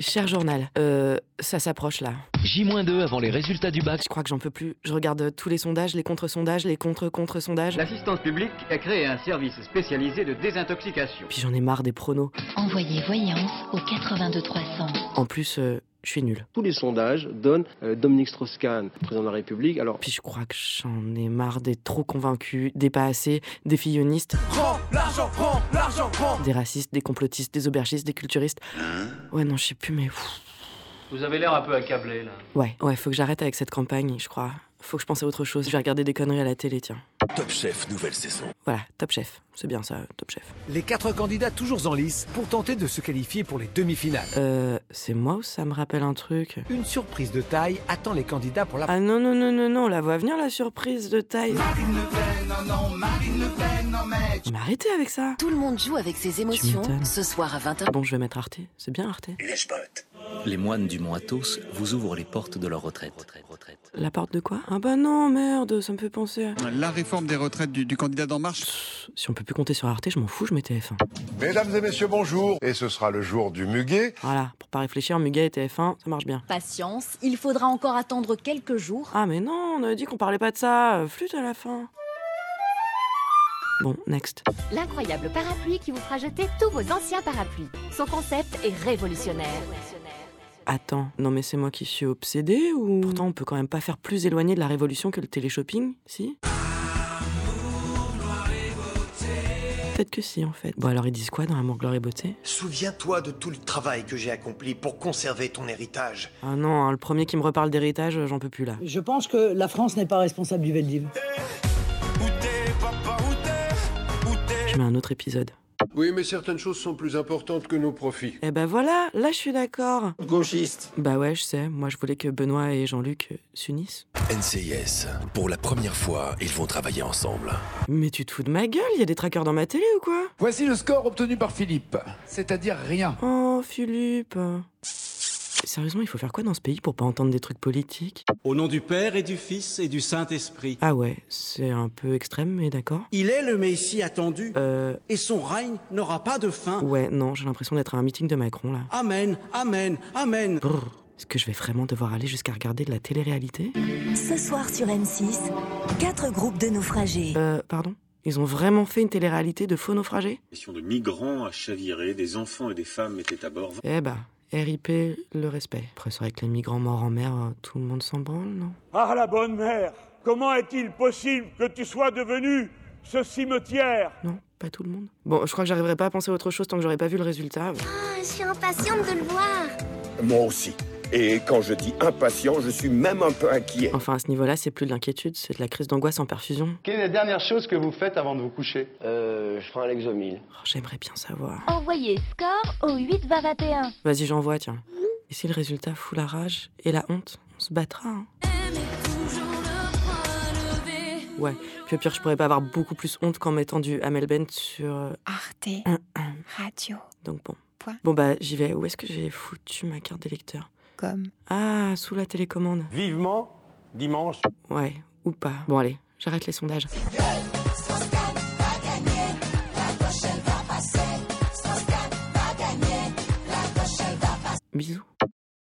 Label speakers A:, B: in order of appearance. A: Cher journal, euh, ça s'approche là.
B: J-2 avant les résultats du bac.
A: Je crois que j'en peux plus. Je regarde tous les sondages, les contre-sondages, les contre-contre-sondages.
C: L'assistance publique a créé un service spécialisé de désintoxication.
A: Puis j'en ai marre des pronos.
D: Envoyez Voyance au 82 300.
A: En plus, euh, je suis nul.
E: Tous les sondages donnent euh, Dominique Strauss-Kahn, président de la République. Alors,
A: Puis je crois que j'en ai marre des trop convaincus, des pas assez, des fillonistes. Des racistes, des complotistes, des aubergistes, des culturistes. Ouais, non, je sais plus, mais. pff,
C: Vous avez l'air un peu accablé, là.
A: Ouais, ouais, faut que j'arrête avec cette campagne, je crois. Faut que je pense à autre chose. Je vais regarder des conneries à la télé, tiens.
F: Top Chef, nouvelle saison.
A: Voilà, top chef. C'est bien ça, top chef.
G: Les quatre candidats toujours en lice pour tenter de se qualifier pour les demi-finales.
A: Euh, c'est moi ou ça me rappelle un truc
G: Une surprise de taille attend les candidats pour la
A: Ah non, non, non, non, non, la voit venir la surprise de taille. Mais arrêtez avec ça
D: Tout le monde joue avec ses émotions
A: m'étonnes.
D: ce soir à 20h.
A: Bon, je vais mettre Arte, c'est bien Arte.
F: Les spots.
B: Les moines du Mointos vous ouvrent les portes de leur retraite.
A: La porte de quoi Ah bah non, merde, ça me fait penser à...
H: La réforme des retraites du, du candidat d'En Marche.
A: Si on peut plus compter sur Arte, je m'en fous, je mets TF1.
I: Mesdames et messieurs, bonjour. Et ce sera le jour du muguet.
A: Voilà, pour pas réfléchir, Muguet et TF1, ça marche bien.
J: Patience, il faudra encore attendre quelques jours.
A: Ah mais non, on avait dit qu'on parlait pas de ça, euh, flûte à la fin. Bon, next.
J: L'incroyable parapluie qui vous fera jeter tous vos anciens parapluies. Son concept est révolutionnaire.
A: Attends, non mais c'est moi qui suis obsédé ou... Pourtant, on peut quand même pas faire plus éloigné de la révolution que le téléshopping, si Peut-être que si, en fait. Bon, alors ils disent quoi dans Amour, gloire et beauté
F: Souviens-toi de tout le travail que j'ai accompli pour conserver ton héritage.
A: Ah non, hein, le premier qui me reparle d'héritage, euh, j'en peux plus, là.
K: Je pense que la France n'est pas responsable du Veldiv.
A: Je mets un autre épisode.
I: Oui, mais certaines choses sont plus importantes que nos profits.
A: Eh ben voilà, là je suis d'accord.
E: gauchiste.
A: Bah ouais, je sais, moi je voulais que Benoît et Jean-Luc euh, s'unissent.
F: NCIS. Pour la première fois, ils vont travailler ensemble.
A: Mais tu te fous de ma gueule, y a des trackers dans ma télé ou quoi
H: Voici le score obtenu par Philippe, c'est-à-dire rien.
A: Oh, Philippe. Sérieusement, il faut faire quoi dans ce pays pour pas entendre des trucs politiques
G: Au nom du Père et du Fils et du Saint-Esprit,
A: Ah ouais, c'est un peu extrême, mais d'accord.
G: il est le Messie attendu
A: Euh,
G: et son règne n'aura pas de fin.
A: ouais, non, j'ai l'impression d'être à un meeting de Macron là.
G: Amen, amen, amen.
A: Brrr. Est-ce que je vais vraiment devoir aller jusqu'à regarder de la télé-réalité
D: Ce soir sur M6, quatre groupes de naufragés.
A: Euh, pardon Ils ont vraiment fait une télé-réalité de faux naufragés
F: Question de migrants à chavirer, des enfants et des femmes étaient à bord.
A: Eh bah, RIP, le respect. Après, c'est vrai que les migrants morts en mer, euh, tout le monde s'en branle, non
K: Ah la bonne mère Comment est-il possible que tu sois devenu ce cimetière
A: Non, pas tout le monde. Bon, je crois que j'arriverai pas à penser à autre chose tant que j'aurai pas vu le résultat.
J: Je suis impatiente de le voir.
F: Moi aussi. Et quand je dis impatient, je suis même un peu inquiet.
A: Enfin, à ce niveau-là, c'est plus de l'inquiétude, c'est de la crise d'angoisse en perfusion.
C: Quelle est la dernière chose que vous faites avant de vous coucher
E: Euh, je prends un Lexomil.
A: Oh, J'aimerais bien savoir.
J: Envoyez score au 8 va 21.
A: Vas-y, j'envoie, tiens. Et si le résultat fout la rage et la honte, on se battra. hein. Ouais, puis au pire, je pourrais pas avoir beaucoup plus honte qu'en mettant du Amel Bent sur. euh,
D: Arte
A: un, un.
D: Radio
A: Donc bon.
D: Point.
A: Bon bah, j'y vais. Où est-ce que j'ai foutu ma carte d'électeur
D: comme
A: Ah, sous la télécommande.
C: Vivement, dimanche.
A: Ouais, ou pas. Bon, allez, j'arrête les sondages. Bisous.